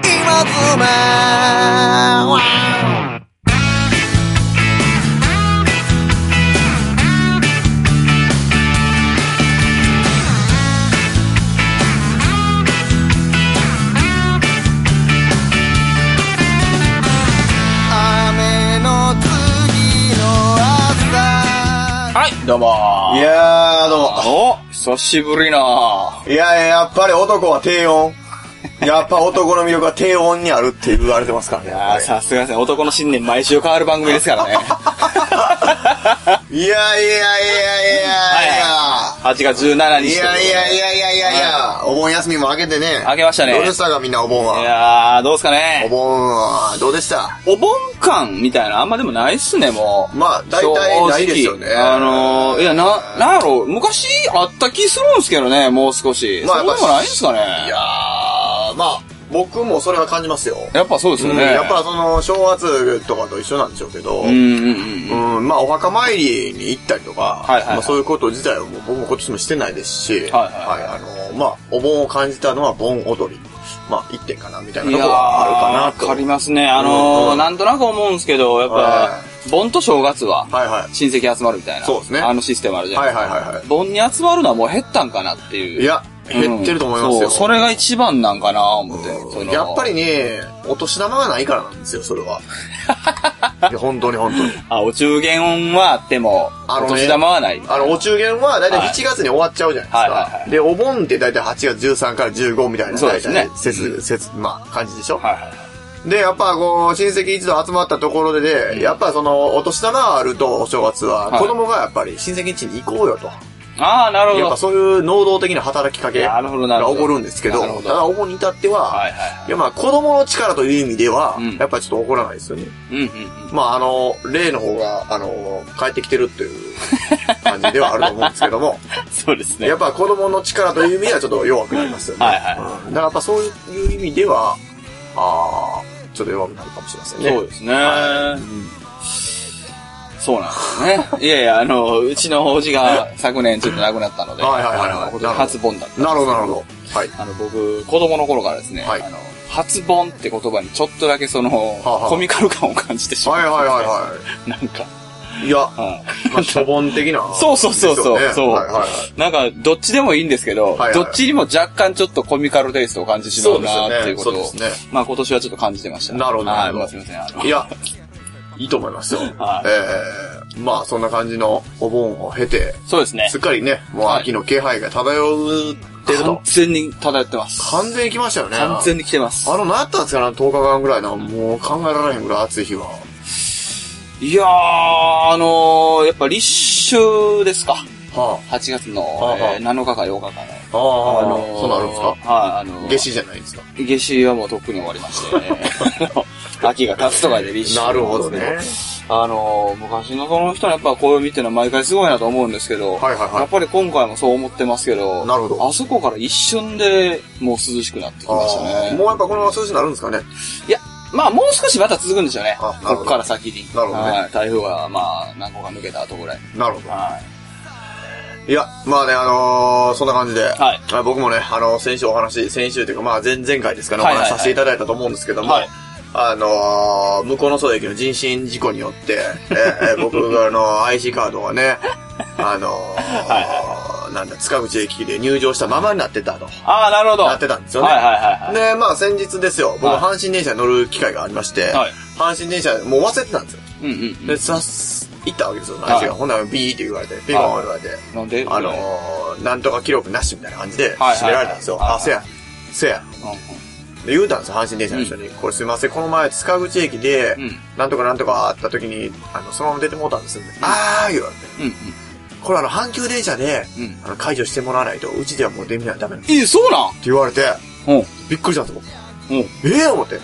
妻は雨の次の朝はい、どうもいー。やー、どうも。お久しぶりなー。いやいや、やっぱり男は低 音。やっぱ男の魅力は低音にあるって言われてますからね。いやー、さすがですね。男の信念毎週変わる番組ですから ね。いやいやいやいやいや8月17日。いや。いやいやいやいやいやいや、お盆休みも明けてね。明けましたねどうでしたかみんなお盆いは。やー、どうですかおね。盆は、どうでしたお盆感みたいな、あんまでもないっすね、もう。まあ大体ないですよね正直あのー、いや、な、なんやろう、昔あった気するんすけどね、もう少し。まあやっそうぱでもないんすかね。いやー、まあ、僕もそれは感じますよ。やっぱそうですよね。やっぱ、その、正月とかと一緒なんでしょうけど、うんうんうん。うん、まあ、お墓参りに行ったりとか、はいはいはいまあ、そういうこと自体はもう僕も今年もしてないですし、はいはいあのまあ、お盆を感じたのは盆踊り、まあ、一点かな、みたいないとこやはー、あわるかなと。かりますね。あのーうんうんなんとなく思うんですけど、やっぱは、盆と正月は、はいはい。親戚集まるみたいな。そうですねあのシステムあるじゃないはでいはいはいはすか。盆に集まるのはもう減ったんかなっていう。い。い、や、減ってると思いますよ。そう、それが一番なんかな思って。そのやっぱり。ね、お年玉がないからなんですよ、それは。 いや、本当に本当に。あ、お中元はあっても、あのおね年玉はない。あの、お中元は大体はい7月に終わっちゃうじゃないですか。はいはいはいで、お盆って大体8月13から15みたいな、そう大です体ね節、節、まあ、感じでしょ。はいはいはい。で、やっぱこう、親戚一度集まったところで、ねやっぱその、お年玉があると、お正月は、はい子供がやっぱり親戚ん家に行こうよと。ああ、なるほやっどぱ。そういう能動的な働きかけなるほどなるがほ起どこるんですけど、なるほどただお盆に至っては、はいい、はやまあ子供の力という意味では、うんやっぱりちょっと起こらないですよね。い。うんうんうん。まああの、例の方が、あの、帰ってきてるって いう感じではあると思うんですけども、そうですね。やっぱ子供の力という意味ではちょっと弱くなりますよね。はいはうんだからやっぱそういう意味では、あーちょっと弱くなるかもしれませんね。そうですね。そうなん ですね。いやいや、あの、うちのおじが昨年ちょっと亡くなったので、はいはいはいはいあの今年初盆だったんですなけるほど、なるほど。はい。あの、僕、子供の頃からですね、はいあの、初盆って言葉にちょっとだけその、あはあコミカル感を感じてしまう。はいはいはいはなんか、い。いや、はいまあ、しょぼん的な。 そうそうそうそう、ですそう、よねはいはいはい。なんか、どっちでもいいんですけはど、いはいどっちにも若干ちょっとコミカルテイストを感じてしまうなっていうことを、そうですよねそうですまあ今年はちょっと感じてました。なるほどは、ないるほどまあすいません。あのいや、いいと思いますよ。 はいええまあ、そんな感じのお盆を経て、そうですねすっ。かりね、もう秋の気配が漂ってる完と。全に漂ってます。完全に来ましたよね。完全に来てますあ。の、何やったんですかね、10日間ぐらいな。もう考えられへんぐらい暑い日は。いやー、あのー、やっぱ立秋ですか。は8月の、はあはあえー7日か8日かね。あ。ああ、ああのーの、そうなるんですかはい、あのー夏至じゃないですか。夏至はもうとっくに終わり まして、秋が経つとかで立春。なるほどね。。あのー、昔のその人のやっぱ暦っていうのは毎回すごいなと思うんですけど、はいはいはいやっぱり今回もそう思ってますけど、なるほどあそこから一瞬でもう涼しくなってきましたあーねも。うやっぱこのまま涼しになるんですかね。いや、まあもう少しまた続くんでしょうね。あなるほこどこから先に。なるほどねはい台風がまあ何個か抜けた後ぐらい。なるほど。はい。いや、まあね、あのーそんな感じで、はいあ僕もね、あのー先週お話、先週というか、まあ前々回ですかね、おはいはいはい話しさせていただいたと思うんですけども、はいあのー向こうの総駅の人身事故によ って、えーえー僕があのー IC カードがね、あのー なんだ、塚口駅で入場したままになってたと。ああ、なるほど。なってたんですよね。はいはいはいはい。で、まあ先日ですよ、僕、はい阪神電車に乗る機会がありまして、はい阪神電車、もう忘れてたんですよ。うんうんうで、さっす、行ったわけですよ、はい IC が。ほんならビーって言われて、ピンポン言われて。ん。なんであのー、なんとか記録なしみたいな感じで、はいはいはい締められたんですよ。はいあ、せや、せや。で、言うたんですよ、阪神電車の人に。これすいません、この前、塚口駅でうん、なんとかなんとかあった時に、あの、そのまま出てもうたんですよ、あー言われて。うんうん。これあの、阪急電車でうん、あの、解除してもらわないと、うちではもう出みないとダメなんです。え、そうなんって言われて、うん。びっくりしたんですよ、うん。僕。ええ思って。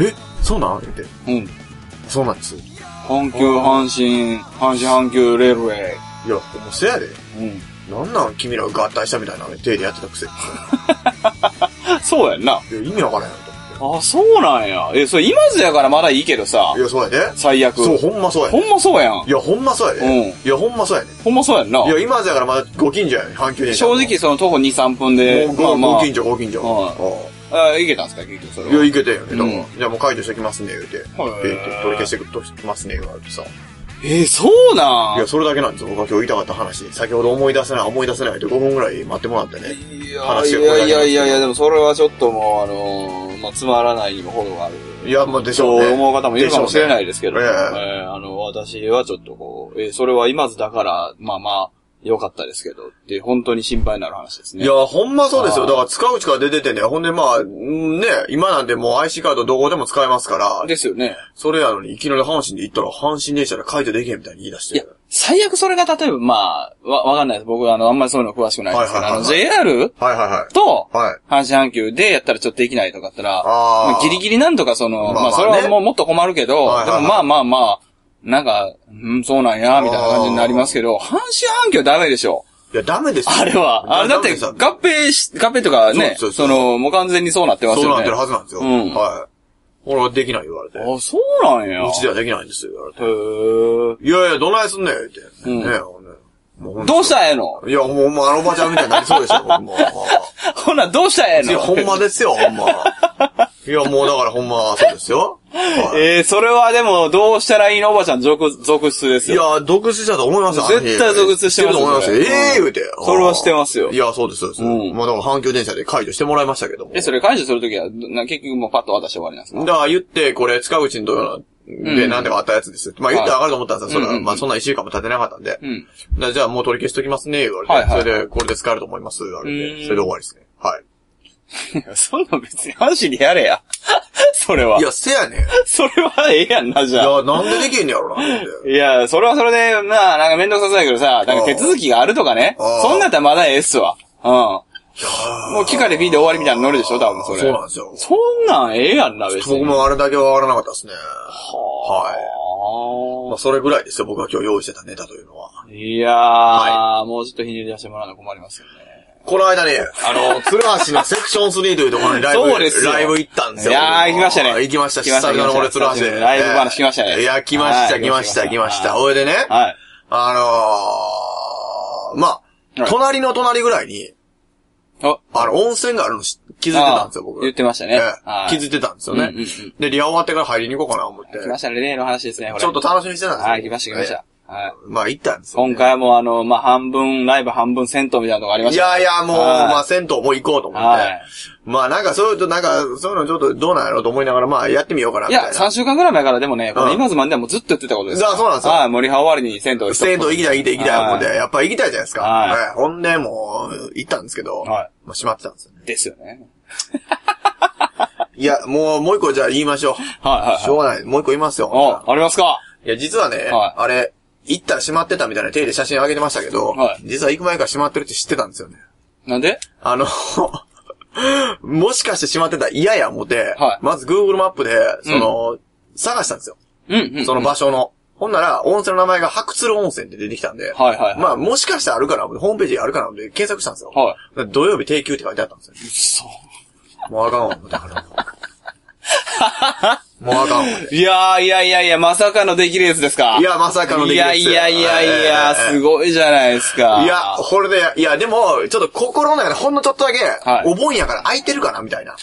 えそうなん言って。うん。そうなんです。い阪急、阪神、阪神、阪急、レールウェイ。や、ほんませやで。うん。なんなん君らが合体したみたいな手でやってたくせに。そうやんな。いや、意味わからへんと思あ、そうなんや。え、それ今津やからまだいいけどさって。い。や、そうやで。最悪。そう、ほんまそうやでほ。んまそうやんい。や、ほんまそうやで。うんいや、ほんまそうやで。。ほんまそうやんないや、今じゃからまだご近所やね阪急電車。正直その徒歩2、3分で、もうまあごまあご近所、ご近所。はうあ、いけたんですか、結局そいれや、は。いけたよね。だからうじゃあもう解除してきますね、言うて。えーって取り消してきますね、言われてさ。えー、そうないんや、それだけなんですよ。僕は今日言いたかった話。先ほど思い出せない、思い出せないって5分ぐらい待ってもらってね。いや話いがやいやいやいや、でもそれはちょっともう、あのーまあ、つまらないにも程がある。いや、まあでしそょうね。う思う方もいるかもしれないですけど、でしょうねえーあの、私はちょっとこう、えーそれは今津だから、まあまあ、良かったですけど、って、本当に心配になる話ですね。いや、ほんまそうですあよ。ーだから使う力出ててね。ほんでまあ、んね、今なんでもう IC カードどこでも使えますから、ですよね。それやのにいきなり阪神で行ったら阪神電車で解除できへんみたいに言い出しいやて。、最悪それが例えば、まあ、わ、わかんないです。僕はあの、あんまりそういうの詳しくないですけど、はいはいはいはいあの、JR はいはいはい。と、はい。阪神阪急でやったらちょっとできないとかだったら、あーまあギリギリなんとかその、まあまあ、まあそれねはもうもっと困るけはど、いはいはいでもまあまあまあ、なんか、うん、そうなんや、みたいな感じになりますけど、阪神阪急はダメでしょ。いや、ダメですよあれは。あれだって、ダ合メですよ併し、合併とかね、そうでそすそうですの、もう完全にそうなってますそうなよっね。てるはずなんですよ。うんはい。俺はできない言われて。うあ、そうなんや。ちではできないんですよ、言われて。へーいやいや、どないすんねん、言って。んねほんでもうほんとどうしたらええのいや、ほんま、あのおばちゃんみたいになりそうでしょ、ほん ま。ほな、どうしたらええいや、のほんまですよ、ほんま。いや、もうだからほんま、そうですよ。はい えー、それはでも、どうしたらいいのおばちゃん、続、続出ですいよ。や、独立したと思いますよ、絶対独立してまるすと思いますよ。それええ、言うて。それはしてますよいや、そうです、そうです。うんまあ、だから阪急電車で解除してもらいましたけども。え、それ解除するときは、な結局もうパッと渡して終わりなんですかだから言って、これ、塚口のところで、うんなんでかあったやつですよ。まあ言って上がると思ったんですよ。それうんは、うんうんまあそんな一週間も経ってなかったんで。うん。だからじゃあもう取り消しときますね、言われて。はいはいそれで、これで使えると思います、言われて。うんそれで終わりですね。はい。いやそん なん別に阪神でやれや。 それは。いや、せやねん。いそれはええやんな、じゃあ。や、なんでできへんねやろな、思って。いや、それはそれで、まあ、なんかめんどくさそうやけどさ、なんか手続きがあるとかね。ああそんなんやったらまだええっすわ。うん。もう機械で B で終わりみたいなノリでしょ、多分それ。そうなんですよ。そんなんええやんな、別に。僕もあれだけはわからなかったですね。は。はいまあ、それぐらいですよ、僕が今日用意してたネタというのは。いやー、はもうちょっとひねり出してもらうの困りますよね。この間ね、あの、 鶴橋のセクション3というところにライブ、そうですよライブ行ったんですよ。いやー行きましたね行きました、行きまし久た々の俺鶴橋で。行きましたライブ話来ましたねいや、来ました、はい来ました、来来ままし。したたほいでね、はい。あのー、まあ、はい隣の隣ぐらいに、あ、あの、温泉があるのし気づいてたんですよ、あー僕。言ってましたねええはい気づいてたんですよねうんうんうん。で、リハ終わってから入りに行こうかな、思って。来ましたね、例の話ですね、これ。ちょっと楽しみにしてたんですよ。はい、来ました、来ました。はい。ええ。まあ、行ったんですよね。今回もあの、まあ、半分、ライブ半分銭湯みたいなのがありまいしたやね。いや、もう、はいまあ、銭湯も行こうと思っはてい。まあ、なんか、そういうと、なんか、そういうのちょっとどうなんやろうと思いながら、まあ、やってみようかな、いみたや、い3な。週間ぐらい前からでもね、こうんの今ズマンではもうずっと言ってたことです。あそうなんですよはい、森派終わりに銭湯銭湯行きたい、行きたい、行きたい、はい思って、やっぱ行きたいじゃないですか。はいはい。ほんで、もう、行ったんですけど、はいまあ、閉まってたんですよね。ですよね。いや、もう、もう一個じゃあ言いましょう。はいはいはいしょうがない。もう一個言いますおよ。、ありますかいや、実はね、はいあれ、行ったら閉まってたみたいな手で写真上げてましたけどはい、実は行く前から閉まってるって知ってたんですよね。なんであの、 もしかして閉まってたら嫌や思っては、いまず Google マップで、その、探したんですよ。うん、うん。その場所の。ほんなら、温泉の名前が白鶴温泉って出てきたんで、はいはいはいまあ、もしかしたらあるから、ホームページあるからで検索したんですよ。は土曜日定休って書いてあったんですよ。そもうあかんわ、だ から。もうあかんわ。う。いやー、いやいやいや、まさかの出来レースですかいや、まさかの出い来やでいすよやいやいや、ええすごいじゃないですか。いや、これで、いや、でも、ちょっと心の中でほんのちょっとだけ、はいお盆やから空いてるかな、みたいな。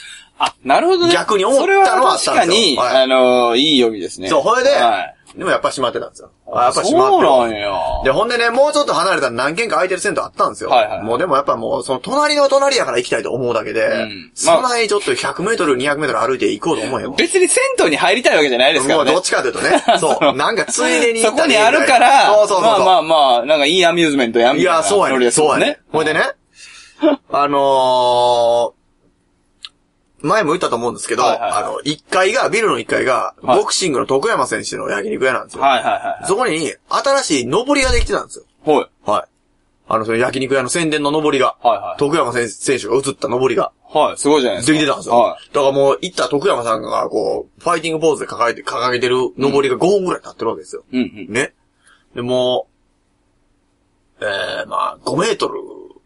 あ、なるほどね。逆に思ったのはあったそんれですよは確かに、はいあのー、いい読みですね。そう、ほれで、はい。でもやっぱ閉まってたんですよ。あ、ややっぱ閉まってるわそうなんや。で、ほんでね、もうちょっと離れたら何軒か空いてる銭湯あったんですよ。はいはいもうでもやっぱもう、その隣の隣やから行きたいと思うだけで、うんその辺ちょっと100メートル、200メートル歩いて行こうと思うよ。別に銭湯に入りたいわけじゃないですかもらうねどっ。ちかというとね、そう、なんかついでに行そったこらいいにぐいあるから、そうそうそうそう。まあまあまあ、なんかいいアミューズメントやみいたいな。や、そうやノリね。ですそもうんやね。ほいで ね、あのー、前も言ったと思うんですけど、はいはいはいあの、1階が、ビルの1階が、はいボクシングの徳山選手の焼肉屋なんですよ。はいはいはいはい。そこに、新しい上りができてたんですよ。ほい。はい。あの、その焼肉屋の宣伝の上りが、はいはい徳山選選手が映った上りが、はい、すごいじゃないでですか。きてたんですよ。はだからもう、行った徳山さんが、こう、ファイティングポーズで掲げて、掲げてる上りが5本ぐらい立ってるわけですよ。い。うんうん。ね。で、もう、えー、まあ、5メートル、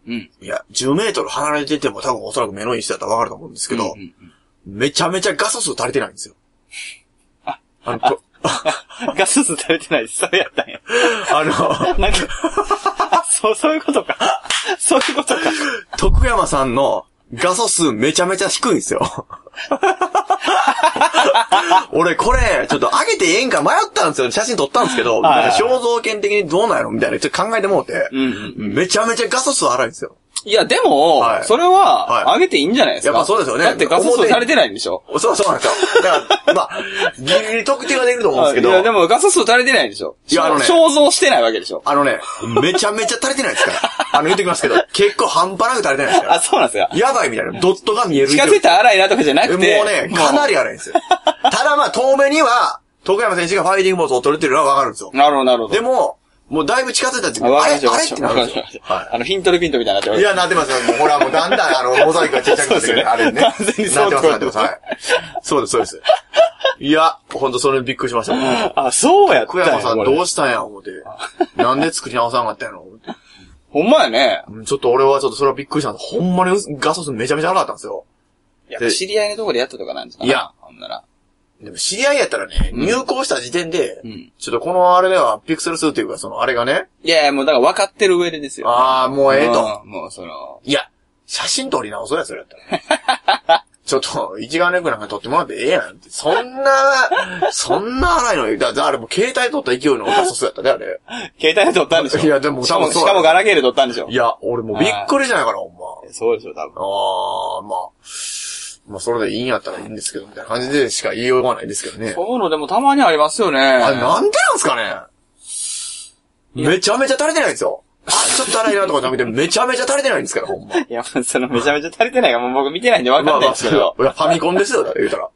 うん。いや、10メートル離れてても多分おそらく目のいい人だったらわかると思うんですけど、うんうんうんめちゃめちゃガソ数足りてないんですよ。 あの、と ガススされてないです。それやったんや。あの、なん か、そう、そういうことか。そういうことか。徳山さんの画素数めちゃめちゃ低いんですよ。 俺これ、ちょっと上げてええんか迷ったんですよ。写真撮ったんですけど、はいはいなんか肖像権的にどうなんやろみたいな、ちょっと考えてもうて、うんうんうんめちゃめちゃ画素数荒いんですよ。いや、でも、はいそれはいは、上げていいんじゃないですか。やっぱそうですよねだって画素数表されてないんでしょ。そうそうなんですよ。だから、まあ、ギリギリ特定はできると思うんですけいや、でど、も画素数されてないんでしょ。いやあのね肖像してないわけでしょ。あのね、めちゃめちゃ足りてないですから。あの、言っときますけど、結構半端なく足りてないですかあ、ら。そうなんですよ。やばいみたいな、ドットが見える以上近づいたら荒いなとかじゃなえもくうね、て。かなり荒いんですよ。ただまあ、遠目には、徳山選手がファイティングポーズを取れてるのはわかるんですよ。なるほど、なるほど。でも、もうだいぶ近づいた時あ、に、わあかれりあまれした、わかりってなるんですましよたわかり。ました。はあの、ヒントルピントみたいになってまい。すいや、なってますよ。もうほら、もうだんだん、あの、モザイクがちっちゃくなってくる。あそうれですね。よね完全に なそっうてますです、なってます。はい。そうです、そうです。いや、ほんとそれびっくりしました。あ、そうやった福んや山さんこれどうしたんや、思って。なんで作り直さなかったんやろ、思ってほんまやね。うんちょっと俺はちょっとそれはびっくりしたんです。ほんまに画素数めちゃめちゃ荒かったんですよ。やっでぱ知り合いのとこでやったとかなんですかいや、ほんなら。でも知り合いやったらね、入校した時点でうん、ちょっとこのあれではピクセル数というか、そのあれがね、いやいや、もうだから分かってる上でですよ。ああ、もうええと。うん。もうその、いや、写真撮り直そうや、それやったら。 ちょっと、一眼レフなんか撮ってもらってええやんって。そんな、そんな荒いのよ。だ、だ、あれもう携帯撮った勢いの画素数やったね、あ れ。携帯で撮ったんでしょ。いやでもしか多も、分そうしかもガラケーで撮ったんでしょい。や、俺もうびっくりじゃないかな、ほんま。そうでしょ、多分。ああ、まあ、まあ、それでいいんやったらいいんですけど、みたいな感じでしか言いようがないですけどね。そういうのでもたまにありますよね。あれ、なんでなんすかねめちゃめちゃ足りてないんですよ。あ、ちょっと足りないなとかじゃなくて、めちゃめちゃ足りてないんですから、ほんま。いや、まあその、めちゃめちゃ足りてないから、もう僕見てないんで分かんないですけ ど。いやファミコンですよ、だって言うたら。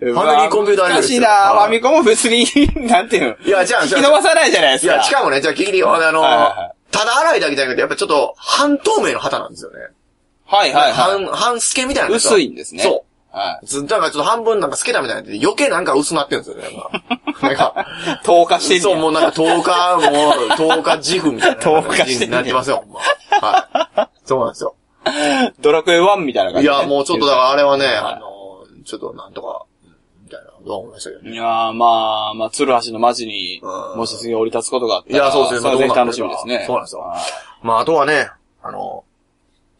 フまあファミリーコンピューターレベルですよしなフはいァミコンも別に、なんていうの。いやじゃあ引じきゃあ伸ばさないじゃないですいか。や、しかもね、じゃあ、キリはあの、はいはいはただ荒いだけじゃなくて、やっぱちょっと、半透明の旗なんですよね。はいはいは。半、半透けみたいないやつが薄いんですね。そう。はずだからちょっと半分なんか透けたみたいになってて余計なんか薄なってるんですよね。なん かなんかい。透過してんねやそう、もうなんか10日、もう10日自負み たいな。透過してんねなってますよ、ほんま。はい。そうなんですよ。ドラクエ1みたいな感いじで ね、や、もうちょっとだからあれはね、いあの、ちょっとなんとか、みたいな、思いましたけどね。いやー、まあ、まあ、鶴橋の町に、うんもし次降り立つことがあったいら、や、そうですね。れはぜひどうな楽ってしるみかですね。そうなんですよは。まあ、あとはね、あの、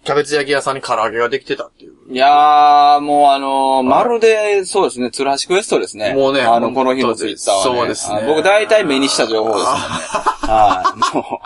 キャベツ焼き屋さんに唐揚げができてたっていう。いいやー、もうあのーまるで、そうですね、鶴橋クエストですね。もうねあの、この日のツイッターは、ね。そうですねあ僕大体目にした情報ですもんね。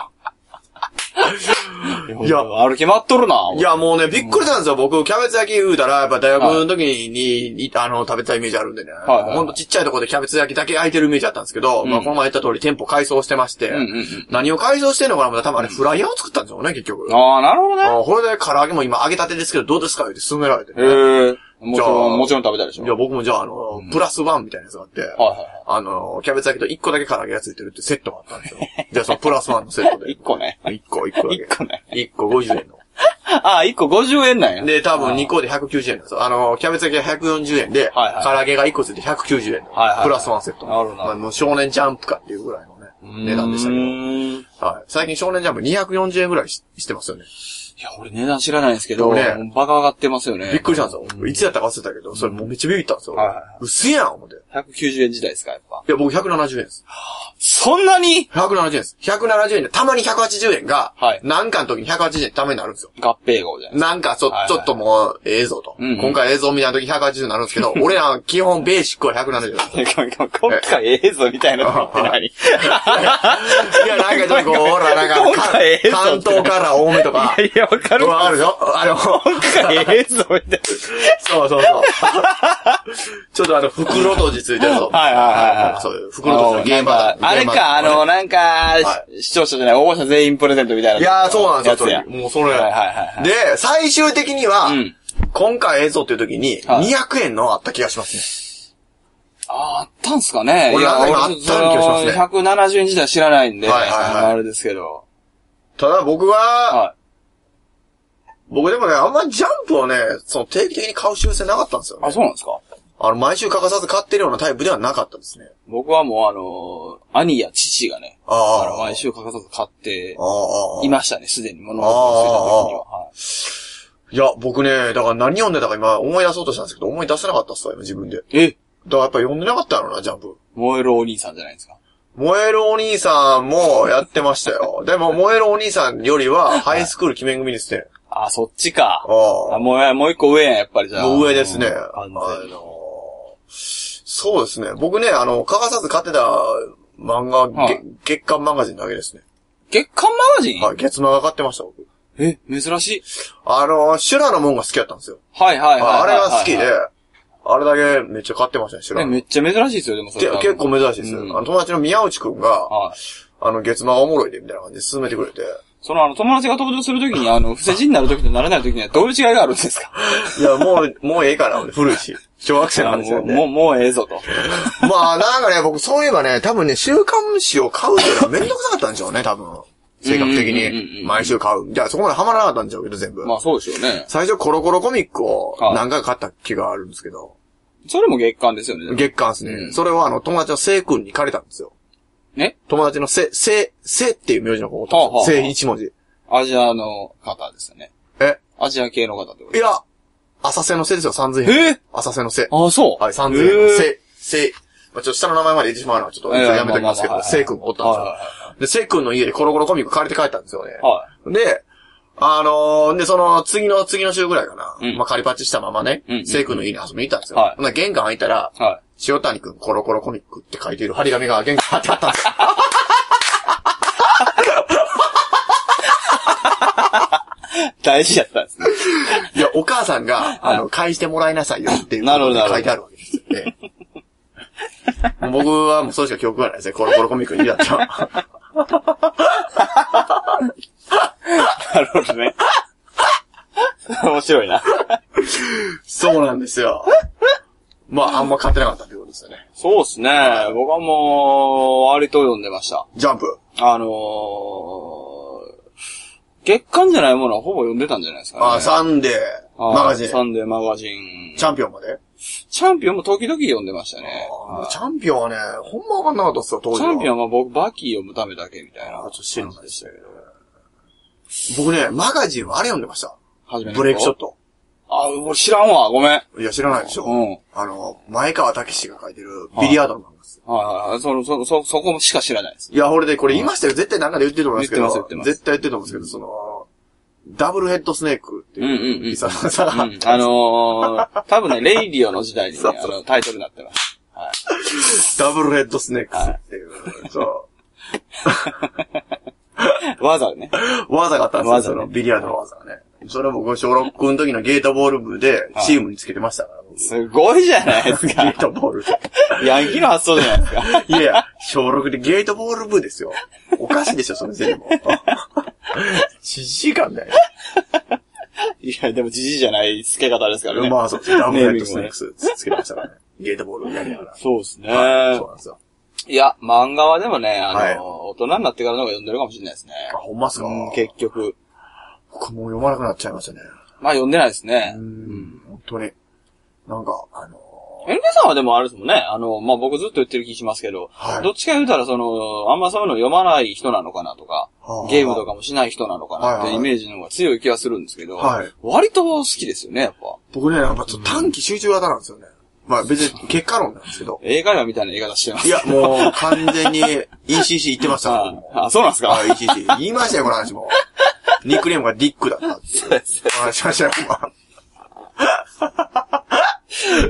はい、も う。いや歩き回っとるな。いや、もうね、びっくりしたんですよ。僕、キャベツ焼き言うたら、やっぱ大学の時に、いあの、食べてたイメージあるんでね。はいはいほんとちっちゃいところでキャベツ焼きだけ焼いてるイメージあったんですけど、まあ、この前言った通り店舗改装してまして、うんうんうん何を改装してんのかなまだ多分あれ、フライヤーを作ったんですよね、結局。ああ、なるほどね。あこれで唐揚げも今揚げたてですけど、どうですか言って勧められて、ね。へえ。もじちゃあろん、もちろん食べたでしょ。いや、僕もじゃあ、あの、プラスワンみたいなやつがあって、はいはあの、キャベツ焼きと1個だけ唐揚げがついてるってセットがあったんですよ。 じゃあ、そのプラスワンのセットい。で一。個ね。 1個、1個だけ。一個ね1個50円の。ああ、一個50円なんや。で、多分2個で190円なんですよ。あの、キャベツ焼きが140円で、はいはい唐揚げが1個ついて190円の、はいはいはいプラスワンセット。なるほどまあ、もう少年ジャンプかっていうぐらいのね、値段でしたうけーんど。はい。最近少年ジャンプ240円ぐらいししてますよね。いや、俺値段知らないんですけど、でもねもうバカ上がってますよね。びっくりしたんですよ。いつやったか忘れたけど、それもうめっちゃビビったんですよはいはいはい。薄いやん、思って。い190円時代ですか、やっぱ。や、僕170円です。そんなに170円です。170円で、たまに180円がはい、なんかの時に180円ためになるんですよ。合併号じゃ ないですか。なんか、ちょはいは、いちょっともう、ええぞと。うんうん今回映像見た時180になるんですけ ど、俺ら基本ベーシックは170なんですよ。今回ええぞみたいなのって 何いや、なんかちょっとこう、ほら、なんか、 今か回ええぞ関東から多めと か。いや、わかる。わかるよ。あの、今回ええぞみたいそう そうそう。ちょっとあの、袋とじついてるぞ。な。はいはいはいはい。そういう、袋とじの現場だあれか、あ、の、なんか、し視聴者じゃない、応募者全員プレゼントみたいな。いやー、そうなんですよ、そやれ。つやもうそれ。はいはいはいはいで、最終的にはうん、今回ええぞっていう時に、はい200円のあった気がしますね。あーあったんすかね俺なんか今俺あったような気がしますねその170円時代知らないんで、はいはいはいあれですけど。ただ僕は、はい。僕でもね、あんまジャンプをね、その定期的に買う習性なかったんですよねあ、。そうなんですかあの、毎週欠かさず買ってるようなタイプではなかったですね。僕はもうあのー兄や父がね、あーあの毎週欠かさず買ってあ、あああいましたね、すでに物語をしてた時には。はいいや、僕ね、だから何読んでたか今思い出そうとしたんですけど、思い出せなかったっすわ、今自分で。だかえらやっぱ読んでなかったのな、ジャンプ。燃えるお兄さんじゃないですか。燃えるお 兄さんもやってましたよ。でも、燃えるお兄さんよりは、ハイスクール鬼面組ですね。あ、そっちか。ああもう、もう一個上やん、やっぱりじゃあ。もう上ですね。あ完の全に。そうですね。僕ね、あの、欠かさず買ってた漫画、はいげ月刊マガジンだけですね。月刊マガジン、はい、月漫画買ってました、僕。え、珍しい。あの、修羅の門が好きだったんですよ。はいはいはいはいああれは好きはでいは、あれだけめっちゃ買ってましたね、修い。ね羅のめ門。っちゃ珍しいですよ、でもそけれ。結構珍しいですよ。うんあの友達の宮内くんが、はい。あの、月漫画おもろいで、みたいな感じで勧めてくれて。その、あの、友達が登場するときに、あの、不正人になるときとならないときにはどういう違いがあるんですかいや、もう、もうええかな、俺古いし。小学生のあの話なんで。もう、もうええぞと。まあ、なんかね、僕、そういえばね、多分ね、週刊誌を買うっていうのはめんどくさかったんでしょうね、多分。性格的うんうんうんうに。ん毎週買う。じゃあ、そこまでハマらなかったんでしょうけど、全部。まあそうでしょうね。最初、コロコロコミックをはい何回か買った気があるんですけど、それも月刊ですよね。月刊ですね。うんそれは、あの、友達のせい君に借りたんですよ。ね友達のせ、せ、せっていう名字の子を取ったんですはあはよ。あせ一文字。アジアの方ですよね。えアジア系の方ってこといや、浅瀬のせですよ、三髄編。え浅瀬のせ。あ、そう。はい、三え千円のーせ、せ、まあ、ちょっと下の名前まで言ってしまうのはちょっと一応やめときますけええまあど、まあまあはいせい君がおったんですよはいはい。で、せい君の家でコロコロコミック借りて帰ったんですよね。はで、あのーで、その、次の、次の週ぐらいかな。うんまあ、仮パッチしたままねうんう、んせい君の家に遊びに行ったんですよ。はいほんなら玄関開いたら、い。はい。塩谷君コロコロコミックって書いている張り紙が玄関に貼ってあったんですよ。大事やった んですね。いや、お母さんが、あの、返してもらいなさいよっていう。なるほどなるほど書いてあるわけですよね。もう僕はもうそれしか記憶がないですね。コロコロコミックにだったら。 なるほどね。 面白いな。そうなんですよ。まあ、あんま買ってなかったってことですよね。そうですね。僕はもう、割と読んでました。ジャンプ。あのー、月刊じゃないものはほぼ読んでたんじゃないですかね。あ、サンデー、はいマガジン、サチンデーマガジン。ャンピオンまで。チャンピオンも時々読んでましたね。あチャンピオンはね、ほんまわかんなかったっすよ、当時チャンピオンンは僕、バキ読むためだけみたいなあ、。ちょっと知らないでしたけど。僕ね、マガジンはあれ読んでました。初めのブ頃レイクショット。あ、俺知らんわ。ごめん。はいいや、知らないでしょ。うんあの、前川武史が書いてるビリヤードの漫画ですよ。はいはい。その、そ、そ、そこしか知らないです。いや、俺でこれ言いましたよ。絶対なんかで言ってると思いますけど。言ってます言ってます絶対言ってると思うんですけど、その、ダブルヘッドスネークってうんうんういんう、さ、さ、 うん。あのー、多分ね、レイディオの時代にね、そうそうあの、タイトルになってます。ダブルヘッドスネークスっていう、そわざね。う、技があったんですよ、技そねのビリヤードの技がね。それは僕、小6の時のゲートボール部ではいチームにつけてましたから、僕すごいじゃないですゲかー。トボー ル。ヤンキーの発想じゃないですか。 いやいや、小6でゲートボール部ですよ。おかしいでしょ、その全部。知事感 だよ。いや、でもじじいじゃない付け方ですからね。まあ、そうですね。ダブルヘッドスネークスつけてましたからね。ゲートボールをやりながら。そうですね。はいそうなんですよ。いや、漫画はでもね、あの、はい大人になってからの方が読んでるかもしれないですね。あ、ほんまっすかうん、結局。僕もう読まなくなっちゃいましたね。まあ読んでないですね。うん。本当に。なんか、あのエルケさんはでもあれですもんね。あの、まあ、僕ずっと言ってる気しますけど、はいどっちか言うたら、その、あんまそういうの読まない人なのかなとかはあ、ゲームとかもしない人なのかなっはいてはいイメージの方が強い気がするんですけど、はい割と好きですよね、やっぱ。僕ね、やっぱちょっと短期集中型なんですよね。まあ別に結果論なんですけど。映画話みたいな言い方してます。いや、もう完全に ECC 言ってましたから、僕も ああそうなんですかはい、ECC。言いましたよ、この話も。ニックネームがディックだったっていう。話しましたよ、ほんま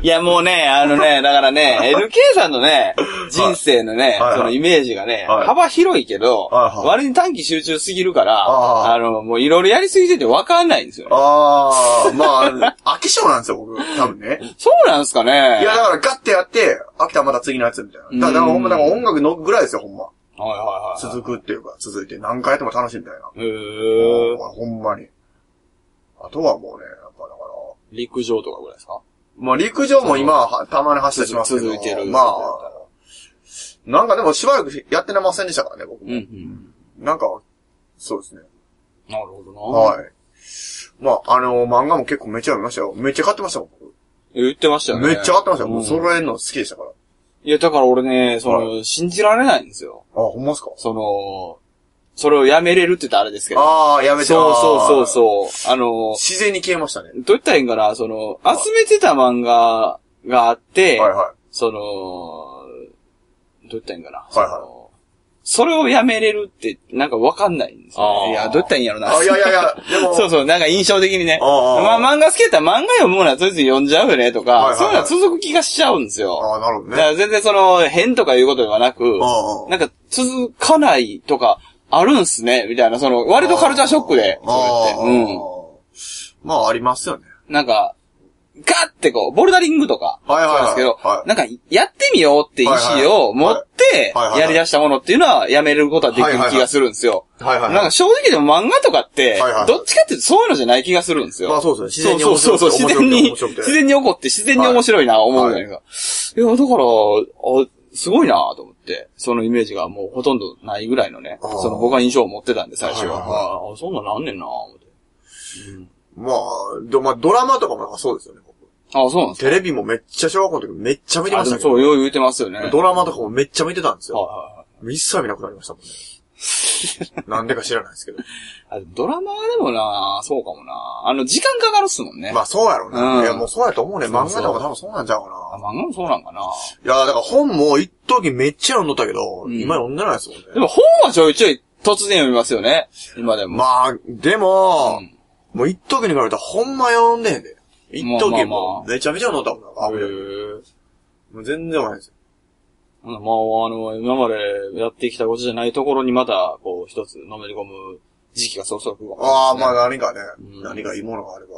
いや、もうね、あ のね、だからね、LK さんのね、人生のはね、いはいそのイメージがね、はい幅広いけど、はいはい割に短期集中すぎるから、あああの、もういろいろやりすぎててわかんないんですよね。あー、まあ、飽き性なんですよ、僕。多分ね。そうなんですかね。いや、だからガッてやって、飽きたらまた次のやつみたいな。だからだからほんま、だから音楽のぐらいですよ、ほんま。はいはいはい。続くっていうか、続いて何回やっても楽しいみたいな。へーほんまに。あとはもうね、やっぱだから、陸上とかぐらいですかまあ陸上も今はたまに走ったりしますけど、続いてるまあ、なんかでもしばらくやってなませんでしたからね、僕も。うん。なんか、そうですね。なるほどな。はい。まあ、あの、漫画も結構めっちゃ読みましたよ。めっちゃ買ってましたもん、僕言ってましたよね。めっちゃ買ってましたよ。もううん揃えるの好きでしたから。あ、いや、だから俺ね、その、信じられないんですよ。ほんまっすかその、それをやめれるって言ったらあれですけど。ああ、やめてそうそうう。そうそう。あの、自然に消えましたね。どう言ったらいいんかな、その、集めてた漫画があって、はいはその、どう言ったらいいんかな。はいはいそのそれをやめれるって、なんかわかんないんですよ、あーね。いや、どうやったらいいんやろな。あいやいやいやでも そうそう、なんか印象的にね。あーまあ、漫画好きやったら漫画読むのはとりあえず読んじゃうよねとか、はいはいはいそういうのは続く気がしちゃうんですよ。ああ、なるほどだかね。ら全然その、変とかいうことではなく、ああなんか続かないとか、あるんすね、みたいな、その、割とカルチャーショックで、それあっあて。うまあ、ありますよね。ん。なんか、ガッてこう、ボルダリングとか、はいはいはいそうですけど、はいなんか、やってみようって意思を持ってはいはいはいはいはいは、いやり出したものっていうのは、やめることはできる気がするんですよ。はいはいはいなんか、正直でも漫画とかってはいはい、どっちかっていうとそういうのじゃない気がするんですよ。まあそうですねそうそうそう、自自然然に、に面白くて自然に起こって、自然に面白いな、思うんだけど。いや、だから、あ、すごいなと思って、そのイメージがもうほとんどないぐらいのね、あーその僕は印象を持ってたんで、最初はは。いはああ、そんなんなんねんな思って。まあ、でもまあ、ドラマとかもなんかそうですよね。僕あそうなんですかテレビもめっちゃ小学校の時めっちゃ見てまあ、しでたもけそどう、、よう言うてますよね。ドラマとかもめっちゃ見てたんですはいよ。はいはい。一切見なくなりましたもんね。 なんでか知らないです けど。あでもドラマはでもな、そうかもな。あの、時間かかるっすもんね。まあそうやろううんな。いやもうそうやと思うね。そう漫そう画とか多分そうなんちゃうかあ、な。漫画もそうなんかな。いや、だから本も一時めっちゃ読んどったけど、ん今読んでないですもんね。でも本はちょいちょい突然読みますよね。今でも。まあ、でも、もう一時に比べたらほんま読んでへんで。一時もうめちゃめちゃ読んどったもんな。あへみたいなーもう全然読まないですよ。まあ、あの、今までやってきたことじゃないところにまた、こう、一つ、のめり込む時期がそろそろ来るかもしれないああ、まあですね何かね、うん何かいいものがあれば。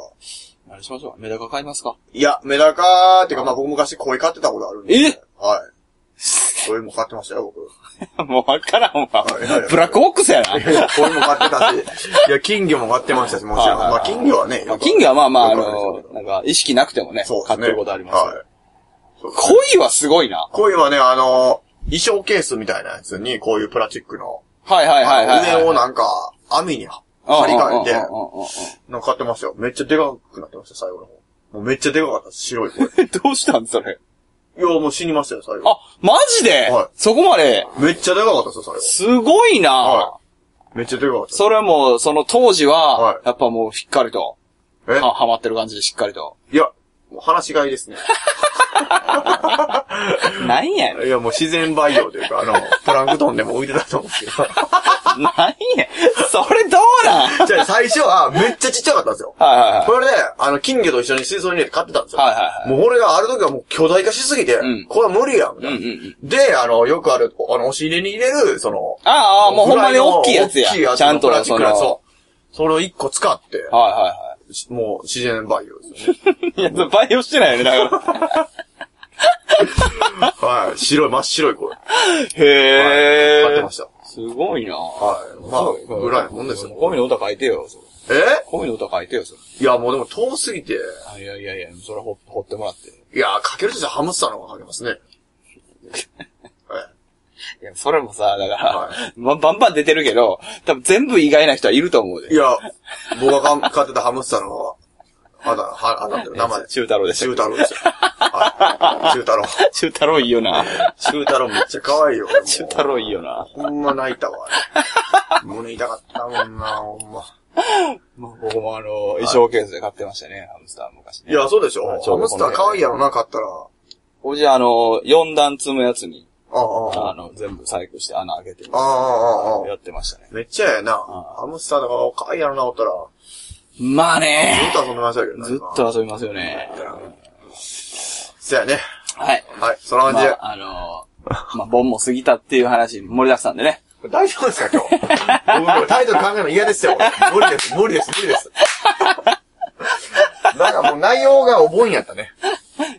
あれしましょうか。メダカ買いますか。 いや、メダカーっていうか、まあ僕昔声飼ってたことあるんで。え はい。声も飼ってましたよ、僕。もうわからんわいはいはい。ブラックボックスやな。いや声も飼ってた し、いや、金魚も飼ってましたし、もちろん。はいはいまあ金魚はね、まあ金魚はまあまあ、あよくわかのるんですけ、どなんか、意識なくてもね、そうです買ね。ってることありますよ。はい。恋はすごいな。こういうはね、あの、衣装ケースみたいなやつに、こういうプラスチックの、はいはいはいはいはい。上をなんか、網にうん張り替えてうんうん、うんうんなんか買ってましたよ。めっちゃでかくなってました、最後の方。もうめっちゃでかかったです、白い声。いうん どうしたんそれ。や、もう死にましたよ、最後。あ、マジではいそこまで、めっちゃでかかったですよ、最後。すごいなはめっちゃでかかったです。それも、その当時はいは、やっぱもうしっかりと、えははまってる感じでしっかりと。いや、もう話し飼いです ね。なんやねん。いや、もう自然培養というか、あの、プランクトンでも浮いてたと思うんですけど。なんや、それどうなんはいじゃあ最初は、めっちゃちっちゃかったんですよ。はいはい。これで、あの、金魚と一緒に水槽に入れて飼ってたんですよ。はいはいはいもう俺がある時はもう巨大化しすぎて、んこれは無理や、みたいな。うんうんで、あの、よくある、あの、押し入れに入れる、その、ああ、もうほんまに大きいやつや。大きいやつちゃんのプとラスチッそクのやの。つを。それを一個使って、はいはしもう自然培養ですよ ね。いはい。いや、それ培養してないよね、だから。はい。白い、真っ白い声。へえ。買ってました。すごいなはい。まあ、ぐらいのもんですよ。恋の歌書いてよ、それえ恋の歌書いてよ、それ。いや、もうでも遠すぎて、あいやいやいや、それほ掘ってもらって。いや、かけるとしたらハムスターの方がかけますね。えいや、それもさ、だから、はまバンバン出てるけど、多分全部意外な人はいると思うで。いや、僕がかん買ってたハムスターの方が、あだ、は、当たってる。生 で。中太郎でし中ょ。太郎ですよ。はい。中太郎。中太郎いいよな。中太郎めっちゃ可愛いよ。中太郎いいよな。ほんま泣いたわ。胸痛かったもんな、ほんま。まあ、僕もあの、衣装ケースで買ってましたね、ハムスター昔ね。いや、そうでしょ。まあちハょうどムこスのタ辺ー可愛いやろな、買ったら。おじゃあの、4段積むやつに、ああ、ああ、ああの、全部細工して穴開けて、あ、あああやってましたね。めっちゃええな。ハムスターとか可愛いやろな、おったら。まあずねっと遊んでましたけどなずっ。と遊びますよね。今そやね。はい。はい、そんなま感じで。あ、あの、まあ、盆も過ぎたっていう話盛りだくさんでね。これ大丈夫ですか、今日。僕タイトル考えるの嫌ですよ。無理です、無理です、無理 です。なんかもう内容がお盆やったね。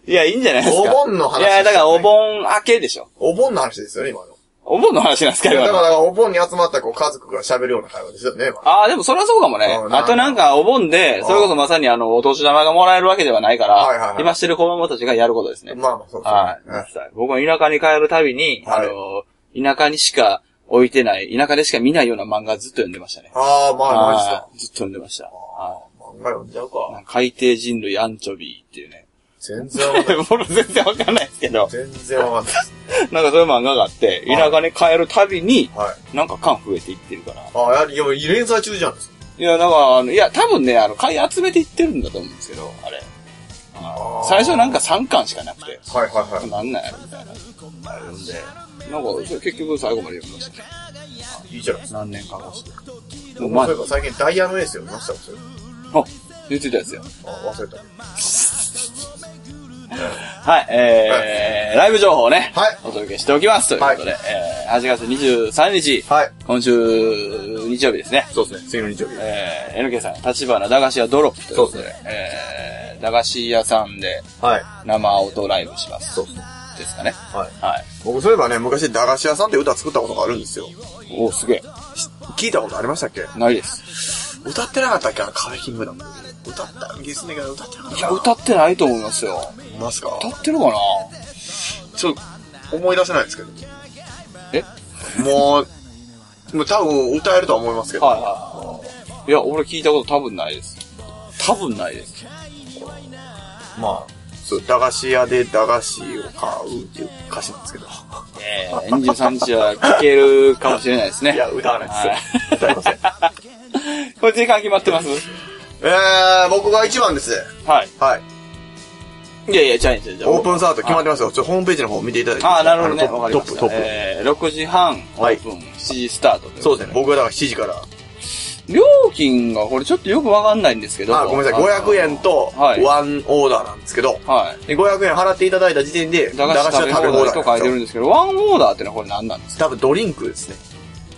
いや、いいんじゃないですか。お盆の話いや、だからお盆明けでしょ。お盆の話ですよね、今の。お盆の話なんですか、だ今かの。ら、お盆に集まったこう家族が喋るような会話ですよね、今。ああ、でもそれはそうかもねう。んあとなんか、お盆で、それこそまさにあの、お年玉がもらえるわけではないかはいはいらは、い今してる子供たちがやることですね。まあまあ、そうですねはい。うん僕は田舎に帰るたびに、はいあの、田舎にしか置いてない、田舎でしか見ないような漫画ずっと読んでましたね。ああ、まあ、マジかは。いずっと読んでました。は漫画読んじゃうか。い海底人類アンチョビーっていうね。 全然わかんない。僕全然わかんないです けど、全然わかんないです。なんかそういう漫画があって、田舎に帰るたびに、はい。なんか缶増えていってるから。ああ、やはり、でも連載中じゃないですか。いや、だから、あのいや、多分ね、あの、買い集めていってるんだと思うんですけど、あれ。最初なんか3巻しかなくて、はいはいはなんなんやみたいな。い。なるんで、なんか、それ結局最後まで読みましたね。いいじゃないですか。何年か越して。ももううまあそういえば最近ダイヤのエース読みましたもんそれあ、言ってたやつや。あ、忘れた。はい、えー、ライブ情報をね、はいお届けしておきますということで、えー、8月23日、はい。今週日曜日ですね、そうですね。次の日曜日。えー、NK さん、立花駄菓子屋ドロップということで、そうでえー、駄菓子屋さんではい。生音ライブします。そうですね。ですかね。はい。はい。僕そういえばね、昔駄菓子屋さんって歌作ったことがあるんですよ。おー、すげえ。聞いたことありましたっけないです。歌ってなかったっけあのカフェキングダム。歌った、ギスネが歌ってなかったいかや、な。歌ってないと思いますよ。いますか歌ってるかなちょっと思い出せないですけど。えもう、もう多分歌えるとは思いますけど。はいはい。いや、俺聞いたこと多分ないです。多分ないです。まあ、そう、駄菓子屋で駄菓子を買うっていう歌詞なんですけど。えー、23日は聞けるかもしれないですね。いや、歌わないですよ。歌いません。これ時間決まってますえー、僕が一番です。はい。はい。いやいや、チャレンジじゃあオープンサート決まってますよ。ちょっとホームページの方見ていただいて。ああ、なるほどね。あのわかトりまップ、しトたッ。プ。えー、6時半オープン、7時スタートといそううことですね。僕がだから7時から。料金がこれちょっとよくわかんないんですけど。あ、ごめんなさい。500円と、はいワンオーダーなんですけど。はで、500円払っていただいた時点で、い。駄菓子食べ放題と書いてるんでですけど、ワンオーダーってのはこれ何なんですす。多分ドリンクですね。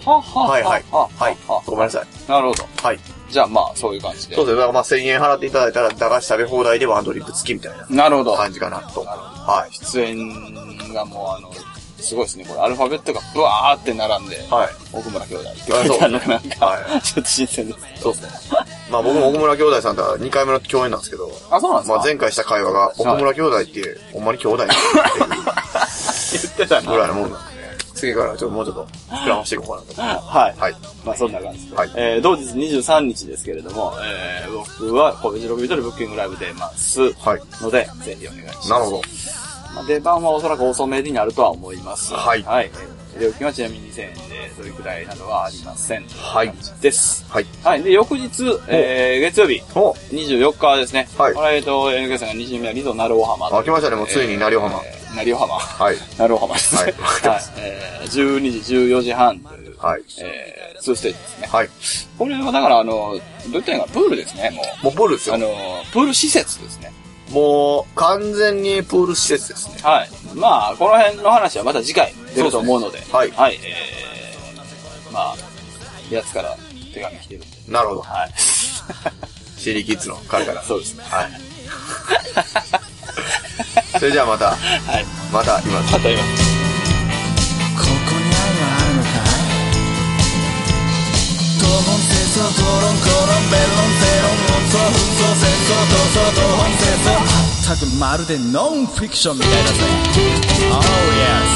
かはははいはい。ははい。ごめんなさい。なるほど。はい。じゃあまあ、そういう感じでそう。ですね。だからまあ1000円払っていただいたら、駄菓子食べ放題でワンドリンク付きみたいななるほど。感じかなと。はい。出演がもうあの、すごいですね。これアルファベットがブワーって並んで、はい。奥村兄弟って書いてあるのがなんか、はちょっと新鮮です。そうですね。まあ僕も奥村兄弟さんとは2回目の共演なんですけど、あ、そうなんですかまあ前回した会話が、奥村兄弟って、ほんまに兄弟って言ってたいうぐらいのもんなんで、次からちょっともうちょっと膨らましていこうかなはい。と。はい。まあそんな感じで。はいえー同日23日ですけれども、えー僕は神戸白ビートでブッキングライブ出ます。はい。ので、ぜひお願いします。なるほど。まあ、出番はおそらく遅めになるとは思います。はいはい。えー料金はちなみに2000円で、それくらいなどはありません。はいとう感じです。はい。はい。で、翌日、えー月曜日、お24日ですね。はいこれ、えっと、NK さんが2巡目はリゾ・ナルオハマ。あ、来ましたね。もうついに成尾浜。えー、ナリオハマ。はい。ナルオハマです。はいわかりまえー12時、14時半という、はい。えー、2ステージですね。はい。これはだから、あの、どういったらいいのか、プールですね、もう。もうプールですあよ。の、プール施設ですね。もう完全にプール施設ですね。はい。まあ、この辺の話はまた次回出ると思うので、すねはいはい。えー、まあ、やつから手紙来てるんで。なるほど。 はい。シリキッズの彼から。そうですね。 はい。それじゃあまた、はい。また今。まここにた今。愛はあるのかいドボン戦争ドロンコロンベロンゼロン音紛争戦争闘争ドホン戦争まったくまるでノンフィクションみたいだぜ Oh yeah